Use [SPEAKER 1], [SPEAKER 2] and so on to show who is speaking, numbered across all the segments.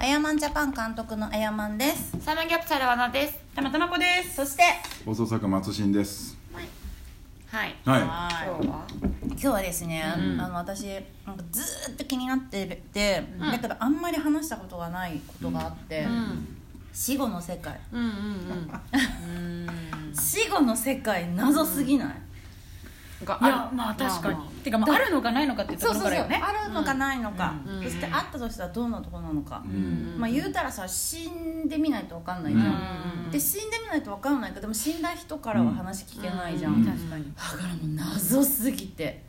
[SPEAKER 1] アヤマンジャパン監督のアヤマンです
[SPEAKER 2] サムギョプサルワナです。
[SPEAKER 3] たまたまこです。
[SPEAKER 1] そして
[SPEAKER 4] 放送作松新です
[SPEAKER 2] はい。今
[SPEAKER 4] は
[SPEAKER 2] 日は
[SPEAKER 1] 今日はですね、
[SPEAKER 2] うん
[SPEAKER 1] あの私なんかずーっと気になってて、
[SPEAKER 2] ん
[SPEAKER 1] だけどあんまり話したことがないことがあって、
[SPEAKER 2] ん
[SPEAKER 1] 死後の世界
[SPEAKER 2] うんうん
[SPEAKER 1] 死後の世界謎すぎない、
[SPEAKER 2] うん。が
[SPEAKER 3] いやまあ確かに。てかまああるのかないのかって
[SPEAKER 1] そ
[SPEAKER 3] と
[SPEAKER 1] う
[SPEAKER 3] こ
[SPEAKER 1] そう
[SPEAKER 3] ろ
[SPEAKER 1] そ
[SPEAKER 3] か
[SPEAKER 1] う、
[SPEAKER 3] らよね。
[SPEAKER 1] あるのかないのか、
[SPEAKER 2] うん
[SPEAKER 1] そしてあったとしたらどんなとこなのか、
[SPEAKER 4] い、うん
[SPEAKER 1] まあ言うたらさ死んでみないと分かんないじゃん、で死んでみないと分かんないけどでも死んだ人からは話聞けないじゃん、
[SPEAKER 4] うん
[SPEAKER 1] だか
[SPEAKER 2] 確かに。
[SPEAKER 1] らもう謎すぎて、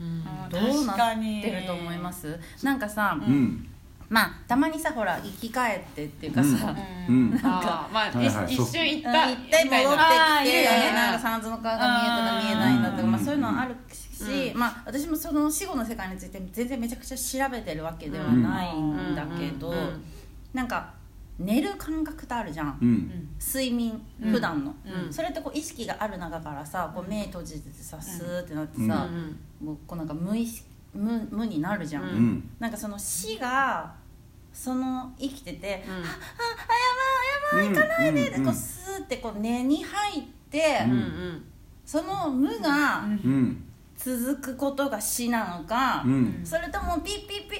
[SPEAKER 1] どうなってると思いますなんかさ、
[SPEAKER 4] うん
[SPEAKER 1] まあたまにさほら生き返ってっていうかさ、
[SPEAKER 4] うん、
[SPEAKER 2] あーまあ
[SPEAKER 4] はいはい
[SPEAKER 2] い
[SPEAKER 4] そう
[SPEAKER 2] 一瞬行っ
[SPEAKER 1] うん
[SPEAKER 2] た
[SPEAKER 1] 一体
[SPEAKER 2] み
[SPEAKER 1] 戻
[SPEAKER 2] たい
[SPEAKER 1] って
[SPEAKER 2] な
[SPEAKER 3] あー
[SPEAKER 1] き
[SPEAKER 3] い
[SPEAKER 1] て
[SPEAKER 3] るよね
[SPEAKER 1] なんか三途の川が見えたら見えないんだとか、
[SPEAKER 4] うん
[SPEAKER 1] まあ、そういうのはあるし、まあ、私もその死後の世界について全然めちゃくちゃ調べてるわけではないんだけど、
[SPEAKER 2] うんうんうん
[SPEAKER 1] なんか寝る感覚ってあるじゃん、
[SPEAKER 4] うん
[SPEAKER 1] 睡眠普段の、
[SPEAKER 2] うん
[SPEAKER 1] それってこう意識がある中からさこう目閉じててさスーってなって
[SPEAKER 2] う
[SPEAKER 1] さ、
[SPEAKER 2] ん
[SPEAKER 1] もうこうなんか無意識無無になるじゃん、
[SPEAKER 2] う
[SPEAKER 4] うんうん
[SPEAKER 1] なんかその死がその生きてて「
[SPEAKER 2] うん
[SPEAKER 1] あああやばいあやばい行かないで」で
[SPEAKER 4] うん
[SPEAKER 1] こうスーってこう根に入って、
[SPEAKER 2] うん
[SPEAKER 4] ん
[SPEAKER 1] その無が
[SPEAKER 4] うん
[SPEAKER 1] 続くことが死なのか、
[SPEAKER 4] うん
[SPEAKER 1] それともピッピッピッ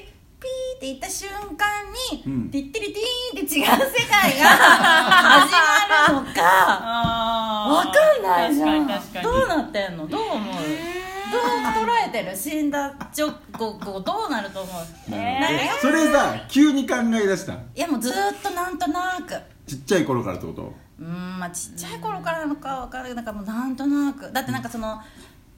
[SPEAKER 1] ピーって言った瞬間に、
[SPEAKER 4] うん
[SPEAKER 1] ティッテリティーンって違う世界が 始まるのか
[SPEAKER 3] あ
[SPEAKER 1] 分かんないじゃん
[SPEAKER 3] 確かに確かに。
[SPEAKER 1] どうなってんのどう思うどう捉えてる死んだ直後こうどうなると思う
[SPEAKER 4] なるほどそれさ急に考え出した
[SPEAKER 1] いやもうずーっとなんとなく
[SPEAKER 4] ちっちゃい頃からってこと
[SPEAKER 1] うーんまあちっちゃい頃からなのかわからないけどなんかもうなんとなくだってなんかその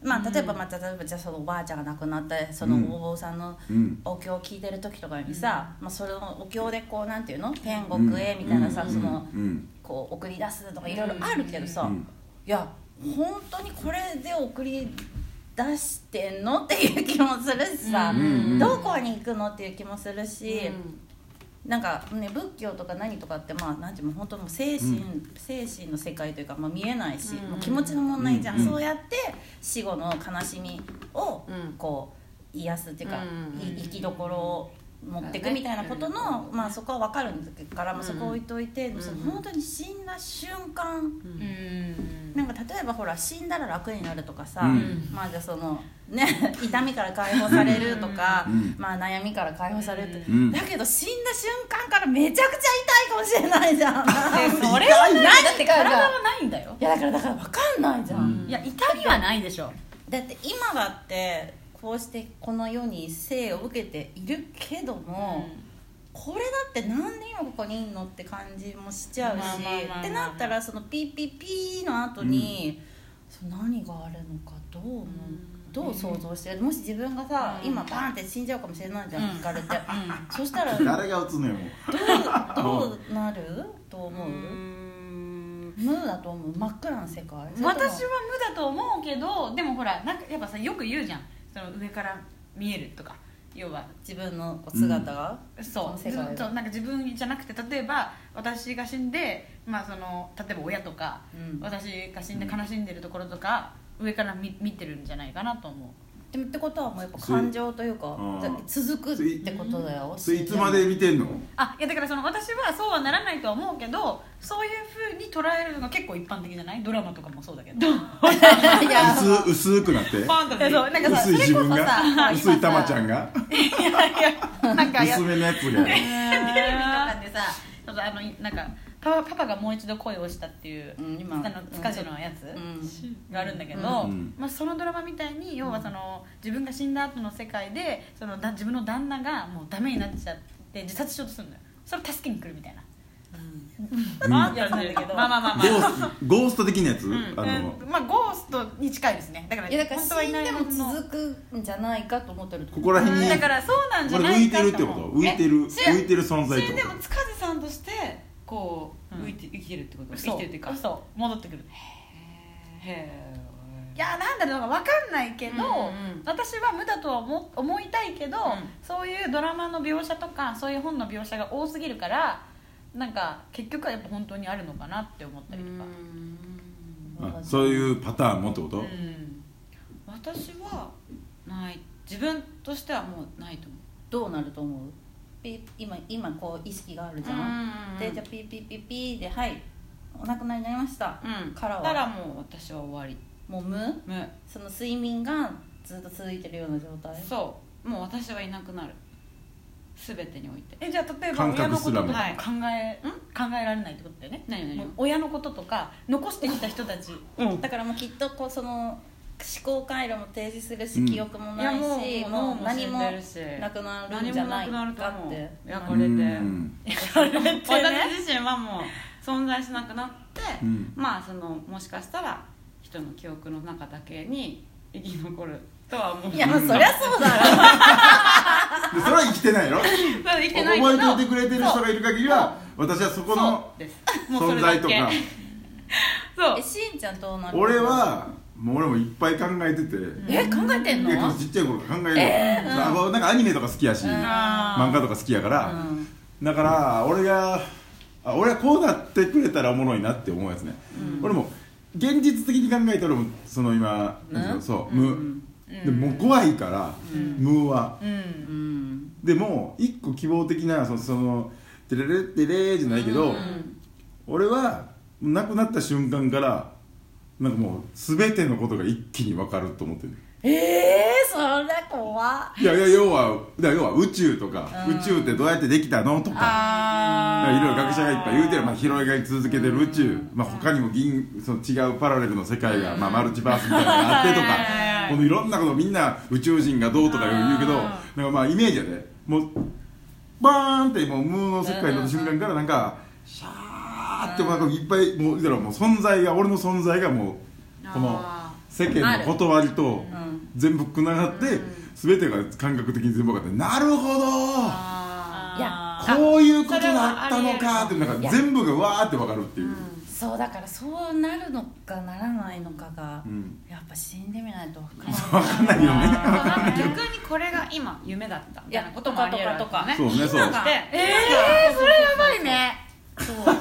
[SPEAKER 1] まあ例えばまあ例えばじゃあそのおばあちゃんが亡くなったその
[SPEAKER 4] うん
[SPEAKER 1] お坊さんの
[SPEAKER 4] うん
[SPEAKER 1] お経を聞いてる時とかにさ、まあそれのお経でこうなんていうの天国へみたいなさ、
[SPEAKER 4] うん
[SPEAKER 1] その
[SPEAKER 4] うん
[SPEAKER 1] こう送り出すとかいろいろあるけどさ、
[SPEAKER 4] うん
[SPEAKER 1] いや本当にこれで送り出してんのっていう気もするしさ、
[SPEAKER 4] うん
[SPEAKER 1] どこに行くのっていう気もするし。
[SPEAKER 2] うん
[SPEAKER 1] なんかね仏教とか何とかってまあ何ていうの本当もう精神、精神の世界というか、まあ、見えないし、
[SPEAKER 2] うん
[SPEAKER 1] もう気持ちの問題じゃん、
[SPEAKER 4] うん
[SPEAKER 1] そうやって死後の悲しみを
[SPEAKER 2] うん
[SPEAKER 1] こう癒すっていうか、
[SPEAKER 2] うん
[SPEAKER 1] い生きどころを持ってい
[SPEAKER 2] そうだ
[SPEAKER 1] く
[SPEAKER 2] ね
[SPEAKER 1] みたいなことの、まあそこは分かるから、まあ、そこ置いといて、
[SPEAKER 2] ん
[SPEAKER 1] その
[SPEAKER 2] うん
[SPEAKER 1] 本当に死んだ瞬間、
[SPEAKER 3] うん
[SPEAKER 1] なんか例えばほら死んだら楽になるとかさ、
[SPEAKER 4] うん
[SPEAKER 1] まあじゃあそのね 痛みから解放されるとか、
[SPEAKER 4] うん
[SPEAKER 1] まあ悩みから解放されるって、
[SPEAKER 4] うん
[SPEAKER 1] だけど死んだ瞬間からめちゃくちゃ痛いかもしれないじゃん
[SPEAKER 3] でそれはないだって
[SPEAKER 1] から
[SPEAKER 3] 体はないんだよ。
[SPEAKER 1] いやだからだから分かんないじゃん、
[SPEAKER 2] うん
[SPEAKER 3] いや痛みはないでしょ。
[SPEAKER 1] だって今だってこうしてこの世に生を受けているけども、これだってなんで今ここにいんのって感じもしちゃうし
[SPEAKER 3] まあまあまあまあ
[SPEAKER 1] ってなったらそのピーピーピーの後に、その何があるのかどう思う、どう想像してるもし自分がさ、
[SPEAKER 3] うん
[SPEAKER 1] 今バーンって死んじゃうかもしれないじゃん、
[SPEAKER 3] うん
[SPEAKER 1] 聞かれて、そしたらど
[SPEAKER 4] 誰が打つのよ
[SPEAKER 1] うどうなると思う、
[SPEAKER 3] うん
[SPEAKER 1] 無だと思う真っ暗な世界
[SPEAKER 3] 私は無だと思うけど、でもほらなんかやっぱさよく言うじゃん。その上から見えるとか、要は
[SPEAKER 1] 自分の姿が、
[SPEAKER 3] そう
[SPEAKER 1] その世界を
[SPEAKER 3] ずっとなんか自分じゃなくて例えば私が死んで、まあ、その例えば親とか、
[SPEAKER 1] うん
[SPEAKER 3] 私が死んで悲しんでるところとか、上から見見てるんじゃないかなと思
[SPEAKER 1] でもってことはもうやっぱ感情というか
[SPEAKER 4] うん
[SPEAKER 1] 続くってことだよ
[SPEAKER 4] それいつまで見てんの
[SPEAKER 3] うあいやだからその私はそうはならないとは思うけどそういうふうに捉えるのが結構一般的じゃないドラマとかもそうだけど
[SPEAKER 1] いや
[SPEAKER 4] 薄薄くなって
[SPEAKER 3] パンと
[SPEAKER 2] えそうなんかさ
[SPEAKER 4] 薄い自分
[SPEAKER 2] それこそ
[SPEAKER 4] が
[SPEAKER 2] さ
[SPEAKER 4] 薄い玉ちゃんが
[SPEAKER 3] なんかや
[SPEAKER 4] 薄めのやつが
[SPEAKER 3] テレビとかでさちょっとあのなんかパパパパがもう一度恋をしたっていう、
[SPEAKER 1] うん今
[SPEAKER 3] あの塚地のやつ、
[SPEAKER 1] うん
[SPEAKER 3] があるんだけど、
[SPEAKER 4] うん
[SPEAKER 3] まあ、そのドラマみたいに要はその自分が死んだ後の世界でそのだ自分の旦那がもうダメになっちゃって自殺しようとするのよそれを助けに来るみたいな、あん、やつなんだけどまあまあまあまあ、
[SPEAKER 4] ゴースゴースト的なやつ、
[SPEAKER 3] うん
[SPEAKER 4] あの
[SPEAKER 3] うんまあゴーストに近いですねだから
[SPEAKER 1] いやだから
[SPEAKER 3] 本
[SPEAKER 1] 死
[SPEAKER 3] 当はい
[SPEAKER 1] ん
[SPEAKER 3] ない
[SPEAKER 1] で
[SPEAKER 3] は
[SPEAKER 1] も
[SPEAKER 3] ずの
[SPEAKER 1] 続くんじゃないかと思ってるって
[SPEAKER 4] こ
[SPEAKER 1] と
[SPEAKER 4] こら辺に
[SPEAKER 3] だからそうなんじ
[SPEAKER 4] こ
[SPEAKER 3] ゃ
[SPEAKER 4] れ
[SPEAKER 3] ない
[SPEAKER 4] 浮い
[SPEAKER 3] か
[SPEAKER 4] て
[SPEAKER 3] と
[SPEAKER 4] る
[SPEAKER 3] 思
[SPEAKER 4] ってこと
[SPEAKER 3] う
[SPEAKER 4] 浮いてる
[SPEAKER 3] え死ん
[SPEAKER 4] 浮いてる存在っ
[SPEAKER 2] 死
[SPEAKER 4] て
[SPEAKER 2] ん
[SPEAKER 4] こ
[SPEAKER 2] で
[SPEAKER 4] と
[SPEAKER 2] も塚地さんとしてこう浮いて生きてるってこと、生きてるっていうか
[SPEAKER 3] そうそう戻ってくる
[SPEAKER 2] へ
[SPEAKER 3] いやなんだろうな分かんないけど、
[SPEAKER 2] うんうん
[SPEAKER 3] 私は無だとは思思いたいけど、
[SPEAKER 2] ん
[SPEAKER 3] そういうドラマの描写とかそういう本の描写が多すぎるからなんか結局はやっぱ本当にあるのかなって思った
[SPEAKER 2] え
[SPEAKER 3] りとか、
[SPEAKER 4] あそういうパターンもってこと、
[SPEAKER 2] うん私はない自分としてはもうないと思う
[SPEAKER 1] どうなると思うピ今今こう意識があるじ
[SPEAKER 2] う
[SPEAKER 1] ゃん、
[SPEAKER 2] ん
[SPEAKER 1] でじゃあピーピーピーピーではいお亡くなりになりました
[SPEAKER 2] うん
[SPEAKER 1] からは
[SPEAKER 2] たらもう私は終わり
[SPEAKER 1] もう無
[SPEAKER 2] む
[SPEAKER 1] その睡眠がずっと続いてるような状態
[SPEAKER 2] そうもう私はいなくなる全てにおいて
[SPEAKER 3] えじゃあ例えば
[SPEAKER 4] 感
[SPEAKER 3] 親
[SPEAKER 4] 覚
[SPEAKER 3] のこ
[SPEAKER 4] す
[SPEAKER 3] と
[SPEAKER 4] ら
[SPEAKER 3] と
[SPEAKER 4] も
[SPEAKER 3] か考え考えられないってことだよね
[SPEAKER 2] 何々
[SPEAKER 3] もう親のこととか残してきた人たち
[SPEAKER 1] だからもうきっとこうその思考回路も停止するし記憶もないし、
[SPEAKER 2] いや
[SPEAKER 1] も
[SPEAKER 2] もうもう
[SPEAKER 1] う何も
[SPEAKER 2] 死んでるし
[SPEAKER 1] なくなるん
[SPEAKER 2] 何
[SPEAKER 1] じゃ
[SPEAKER 2] もな
[SPEAKER 1] ない
[SPEAKER 2] くなると
[SPEAKER 1] か
[SPEAKER 2] 思
[SPEAKER 1] っ
[SPEAKER 2] う
[SPEAKER 1] て
[SPEAKER 2] 焼かれて、
[SPEAKER 4] うん
[SPEAKER 2] 私自身はもう存在しなくなって、
[SPEAKER 4] うん
[SPEAKER 2] まあそのもしかしたら人の記憶の中だけに生き残るとは思う
[SPEAKER 1] いやまあそりゃそうだろ
[SPEAKER 4] でそれは生きてないやろ
[SPEAKER 2] まあ生きてないけど
[SPEAKER 4] 覚えておいてくれてる人がいる限りは私はそこの
[SPEAKER 2] そうですもうそ
[SPEAKER 4] 存
[SPEAKER 2] れだ
[SPEAKER 4] 在
[SPEAKER 2] け
[SPEAKER 4] とか
[SPEAKER 2] そ
[SPEAKER 1] え
[SPEAKER 2] う
[SPEAKER 1] しんちゃんどうなる
[SPEAKER 4] 俺はもう俺もいっぱい考えてて
[SPEAKER 1] え考えてんの
[SPEAKER 4] いやちっちゃい頃から考えるよあなんかアニメとか好きやし
[SPEAKER 3] あ
[SPEAKER 4] 漫画とか好きやから
[SPEAKER 1] うん
[SPEAKER 4] だから俺があ俺はこうなってくれたらおもろいなって思うやつね、俺も現実的に考えたら俺もその今、なんていうのそう無、でもう怖いから、無は
[SPEAKER 3] うん
[SPEAKER 1] うん
[SPEAKER 4] でも一個希望的なそのそのテレレテレじゃないけど、俺は亡くなった瞬間からなんかもう全てのことが一気に分かると思ってる
[SPEAKER 1] ええー、それ怖っ
[SPEAKER 4] いやいや要はだから要は宇宙とか、宇宙ってどうやってできたのとか
[SPEAKER 3] あ
[SPEAKER 4] いろいろ学者がいっぱい言うてる、まあ、広がり続けてる宇宙、まあ、他にも銀その違うパラレルの世界が、まあ、マルチバースみたいなのがあってとかこのいろんなことみんな宇宙人がどうとか言うけどなんかまあイメージやでもうバーンってもう無の世界になった瞬間からなんかシャーってもうなんかいっぱいもう言うたらもう存在が俺の存在がもうこの
[SPEAKER 2] あ
[SPEAKER 4] 世間の断りと全部つながって全てが感覚的に全部分かってなるほど
[SPEAKER 2] あ
[SPEAKER 1] いや
[SPEAKER 4] こういうことだったのかってな
[SPEAKER 1] い
[SPEAKER 4] んか
[SPEAKER 1] や
[SPEAKER 4] 全部がわーってわかるっていう、
[SPEAKER 1] そうだからそうなるのかならないのかが、
[SPEAKER 4] うん
[SPEAKER 1] やっぱ死んでみないと分からない
[SPEAKER 4] わかんないよね
[SPEAKER 2] そうなんか逆にこれが今夢だったみたいなこともありえるわけだね
[SPEAKER 4] そうねそう
[SPEAKER 2] 今がえ
[SPEAKER 1] えー、それやばいね そう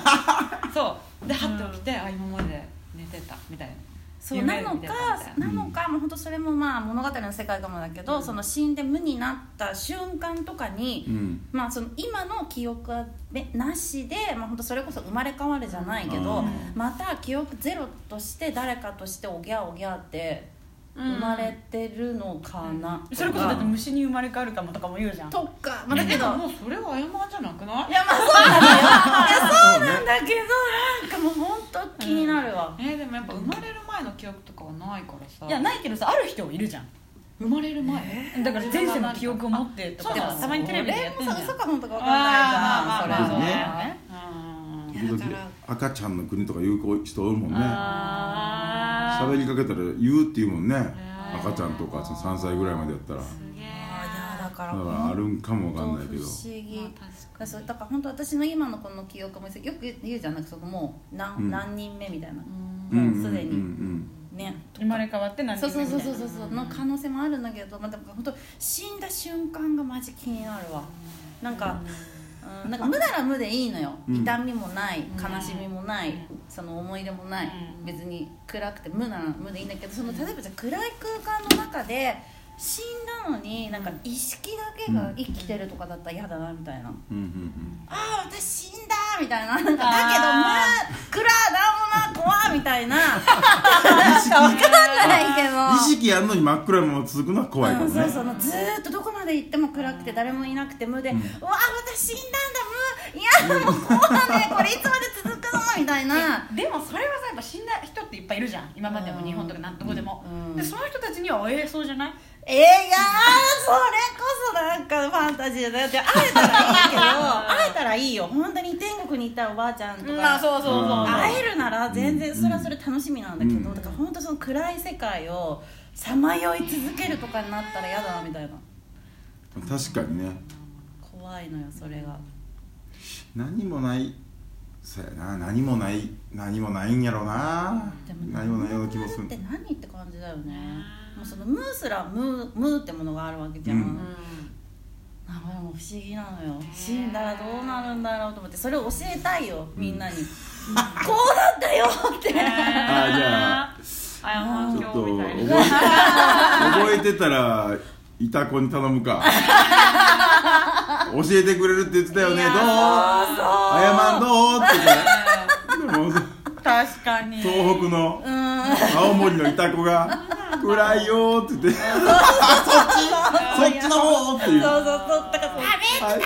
[SPEAKER 2] そうでハッて起きて、あ今まで寝てたみたいな
[SPEAKER 1] そうな
[SPEAKER 2] 夢
[SPEAKER 1] の
[SPEAKER 2] みたい
[SPEAKER 1] か
[SPEAKER 2] な
[SPEAKER 1] なのかもう本当それもまあ物語の世界かもだけど、その死んで無になった瞬間とかに、
[SPEAKER 4] うん
[SPEAKER 1] まあその今の記憶はねなしで、まあ本当それこそ生まれ変わるじゃないけど、
[SPEAKER 4] うん
[SPEAKER 1] また記憶ゼロとして誰かとしておぎゃおぎゃって生まれてるのかな、
[SPEAKER 3] それこそだって虫に生まれ変わるかもとかも言うじゃん
[SPEAKER 1] とか、まあ、だけ
[SPEAKER 2] で
[SPEAKER 1] ど、
[SPEAKER 2] ももうそれは謝じゃなくない
[SPEAKER 1] いやまあそうなんだよ
[SPEAKER 4] そうね
[SPEAKER 1] だけどなんかもう本当気になるわ、
[SPEAKER 2] えーでもやっぱ生まれる前の記憶とかはないからさ
[SPEAKER 3] いやないけどさある人もいるじゃん
[SPEAKER 2] 生まれる前、
[SPEAKER 3] だから前世の記憶を持ってと
[SPEAKER 2] あ
[SPEAKER 3] か
[SPEAKER 2] そうなの
[SPEAKER 3] たまにテレビでやってんじゃん
[SPEAKER 1] 俺もさ嘘か本当か分かんないじゃん
[SPEAKER 4] あーまあまあまあ
[SPEAKER 1] それは
[SPEAKER 4] そう
[SPEAKER 3] ね
[SPEAKER 2] あ
[SPEAKER 4] 時々赤ちゃんの国とか言う人おるもんね
[SPEAKER 2] あ
[SPEAKER 4] 喋りかけたら言うって言うもんね
[SPEAKER 2] ー
[SPEAKER 4] 赤ちゃんとかその3歳ぐらいまでやったらだ
[SPEAKER 2] すげえ
[SPEAKER 1] あーいやだから
[SPEAKER 4] からあるんかもわ
[SPEAKER 1] 不
[SPEAKER 4] かん
[SPEAKER 1] 思
[SPEAKER 4] ないけど
[SPEAKER 1] 議
[SPEAKER 2] まあ確か
[SPEAKER 1] だ
[SPEAKER 2] に
[SPEAKER 1] そうだから本当私の今のこの記憶もよく言うじゃんなんかそのもう何,、
[SPEAKER 4] うん
[SPEAKER 1] 何人目みたいな
[SPEAKER 4] うんうん
[SPEAKER 1] もうすで
[SPEAKER 4] うんう
[SPEAKER 1] に
[SPEAKER 4] ん
[SPEAKER 1] ね
[SPEAKER 3] 生まれ変わって何
[SPEAKER 1] そう
[SPEAKER 3] 人
[SPEAKER 1] そ
[SPEAKER 3] 目
[SPEAKER 1] うそ
[SPEAKER 3] みたいうな
[SPEAKER 1] そうそうそうの可能性もあるんだけど、まあ、でも本当死んだ瞬間がマジ気になるわなんか、うん、なんか無なら無でいいのよ、
[SPEAKER 4] うん
[SPEAKER 1] 痛みもない悲しみもない、その思い出もない、
[SPEAKER 3] うん
[SPEAKER 1] 別に暗くて無なら無でいいんだけどその例えばじゃあ暗い空間の中で死んだのになんか意識だけが生きてるとかだったら嫌だなみたいな、
[SPEAKER 4] うんうん
[SPEAKER 1] ああ私死んだみたいななんかだけどまあ
[SPEAKER 3] あー
[SPEAKER 1] 暗なんもな怖みた いな
[SPEAKER 4] 意識
[SPEAKER 1] わかんないけど
[SPEAKER 4] 意識やんのに真っ暗も続くのは怖いから
[SPEAKER 1] うん、
[SPEAKER 4] ね
[SPEAKER 1] そうそうもうずーっとどこまで行っても暗くて誰もいなくて無で、うわあ私死んだんだ無いやもうこうだねこれいつまで続くのみたいな
[SPEAKER 3] でもそれはさやっぱ死んだ人っていっぱいいるじゃん今までも日本とか何とこでも、
[SPEAKER 1] うん
[SPEAKER 3] でその人たちにはええそうじゃない
[SPEAKER 1] えー、いやーそれこそなんかファンタジーだよって会えたらいいけど会えたらいいよ本当に天国に行ったらおばあちゃんとか、
[SPEAKER 3] まあそうそうそう
[SPEAKER 4] うん
[SPEAKER 1] 会えるなら全
[SPEAKER 4] う
[SPEAKER 1] 然
[SPEAKER 4] ん
[SPEAKER 1] それはそれ楽しみなんだけど、
[SPEAKER 4] うん
[SPEAKER 1] だから本当その暗い世界をさまよい続けるとかになったら嫌だなみたいな
[SPEAKER 4] 確かにね
[SPEAKER 1] 怖いのよそれが
[SPEAKER 4] 何もないそうやな何もない何もないんやろな
[SPEAKER 1] でも
[SPEAKER 4] 何もないような気もする
[SPEAKER 1] って何って感じだよねもうそのムーすらムームーってものがあるわけじゃん、
[SPEAKER 4] うん
[SPEAKER 1] なんかでも不思議なのよ死んだらどうなるんだろうと思ってそれを教えたいよみん なに、こうなったよって、
[SPEAKER 4] あーじゃあ
[SPEAKER 2] あやま
[SPEAKER 4] ちょっと
[SPEAKER 2] 今日み
[SPEAKER 4] 覚
[SPEAKER 2] たいな
[SPEAKER 4] えて覚えてたらいた子に頼むか教えてくれるって言ってたよねどう謝んどうってねもう
[SPEAKER 3] 確かに
[SPEAKER 4] 東北の青森のいた子が「暗いよ」って言って「 そっちそっちの方」っていう
[SPEAKER 1] そうそうそうだからそう
[SPEAKER 4] はい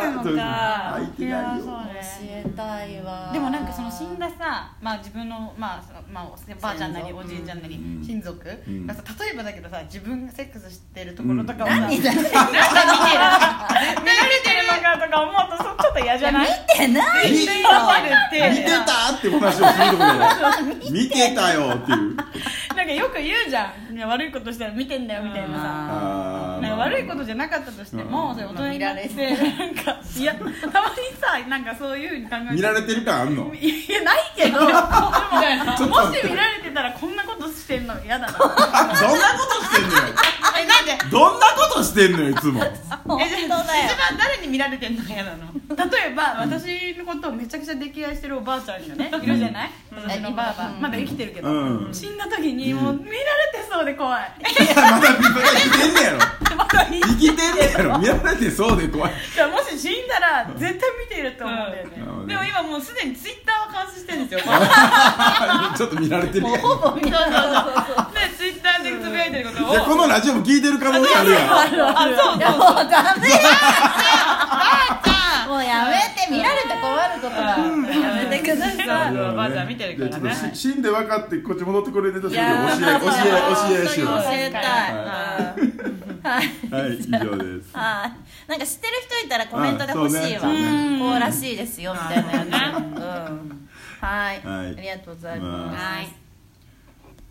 [SPEAKER 1] なのか
[SPEAKER 4] 入ってないよ
[SPEAKER 3] そう
[SPEAKER 1] 教
[SPEAKER 3] ね
[SPEAKER 1] えたいわ
[SPEAKER 3] でもなんかその死んださ、まあ、自分の,、まあそのまあ、おばあちゃんなり
[SPEAKER 1] 先祖
[SPEAKER 3] おじいちゃんなり、
[SPEAKER 4] うん
[SPEAKER 3] 親族
[SPEAKER 4] ん
[SPEAKER 3] がさ例えばだけどさ自分がセックスしてるところとかをさ、
[SPEAKER 1] 何だよ
[SPEAKER 3] 見られてるのかとか思うとそちょっと嫌じゃない
[SPEAKER 1] 見てない
[SPEAKER 4] 見
[SPEAKER 1] よ
[SPEAKER 4] て
[SPEAKER 3] 見てる
[SPEAKER 4] 見
[SPEAKER 3] って
[SPEAKER 4] てたってお話をするところで見てたよっていう
[SPEAKER 3] なんかよく言うじゃんいや悪いことしたら見てんだよみたいなさ
[SPEAKER 4] あー
[SPEAKER 3] なんか悪いことじゃなかったとして
[SPEAKER 4] う
[SPEAKER 3] も
[SPEAKER 4] ん
[SPEAKER 3] それ大人になってなんかいやたまにさなんかそういうふうに考えて
[SPEAKER 4] 見られてる感あん の
[SPEAKER 3] いやない けどで
[SPEAKER 4] ちょっと
[SPEAKER 3] もも
[SPEAKER 4] 待っ
[SPEAKER 3] して見られてたらこんなことしてんの嫌だな
[SPEAKER 4] どんなことしてんのよ
[SPEAKER 3] えなんで
[SPEAKER 4] どんなことしてんのよいつも
[SPEAKER 1] 本
[SPEAKER 3] えじゃあ
[SPEAKER 1] 当だよ
[SPEAKER 3] 一番誰に見られてんのが嫌なの例えば私のことをめちゃくちゃ溺愛してるおばあちゃんがねいるじゃない、私のばあば、
[SPEAKER 1] うん
[SPEAKER 3] まだ生きてるけど、
[SPEAKER 4] うん
[SPEAKER 3] 死んだ時にもう見られてそうで怖い、
[SPEAKER 4] いやまだ生きてんねやろ生きてんねやろ見られてそうで怖い
[SPEAKER 3] だからもし死んだら絶対見ていると思うんだよね、
[SPEAKER 4] うん
[SPEAKER 3] でも今もうすでにツイッターは監視してるんですよ
[SPEAKER 4] ちょっと見られてるやん
[SPEAKER 1] ほぼ見てない
[SPEAKER 3] でツイッターでつぶやいてることを
[SPEAKER 4] いやこのラジオも聞いてる可能性あるやん
[SPEAKER 3] あそう
[SPEAKER 1] いやもうダメよもうやめて見られて困ることはやめてください
[SPEAKER 3] おばあちゃん見てるからね
[SPEAKER 4] じゃあちょっと死んで分かってこっち戻ってこれるとす
[SPEAKER 3] い
[SPEAKER 4] るよ教え
[SPEAKER 3] やー
[SPEAKER 4] 教え教えしよう
[SPEAKER 1] 本当に教え
[SPEAKER 4] は
[SPEAKER 1] たいうんはい
[SPEAKER 4] はい以上です
[SPEAKER 1] はいなんか知ってる人いたらコメントで欲しいわ、
[SPEAKER 4] あそうね
[SPEAKER 1] こうらしいですよみたいなやつ、うん、はい、
[SPEAKER 4] はい
[SPEAKER 1] ありがとうございます、
[SPEAKER 4] ま
[SPEAKER 3] はい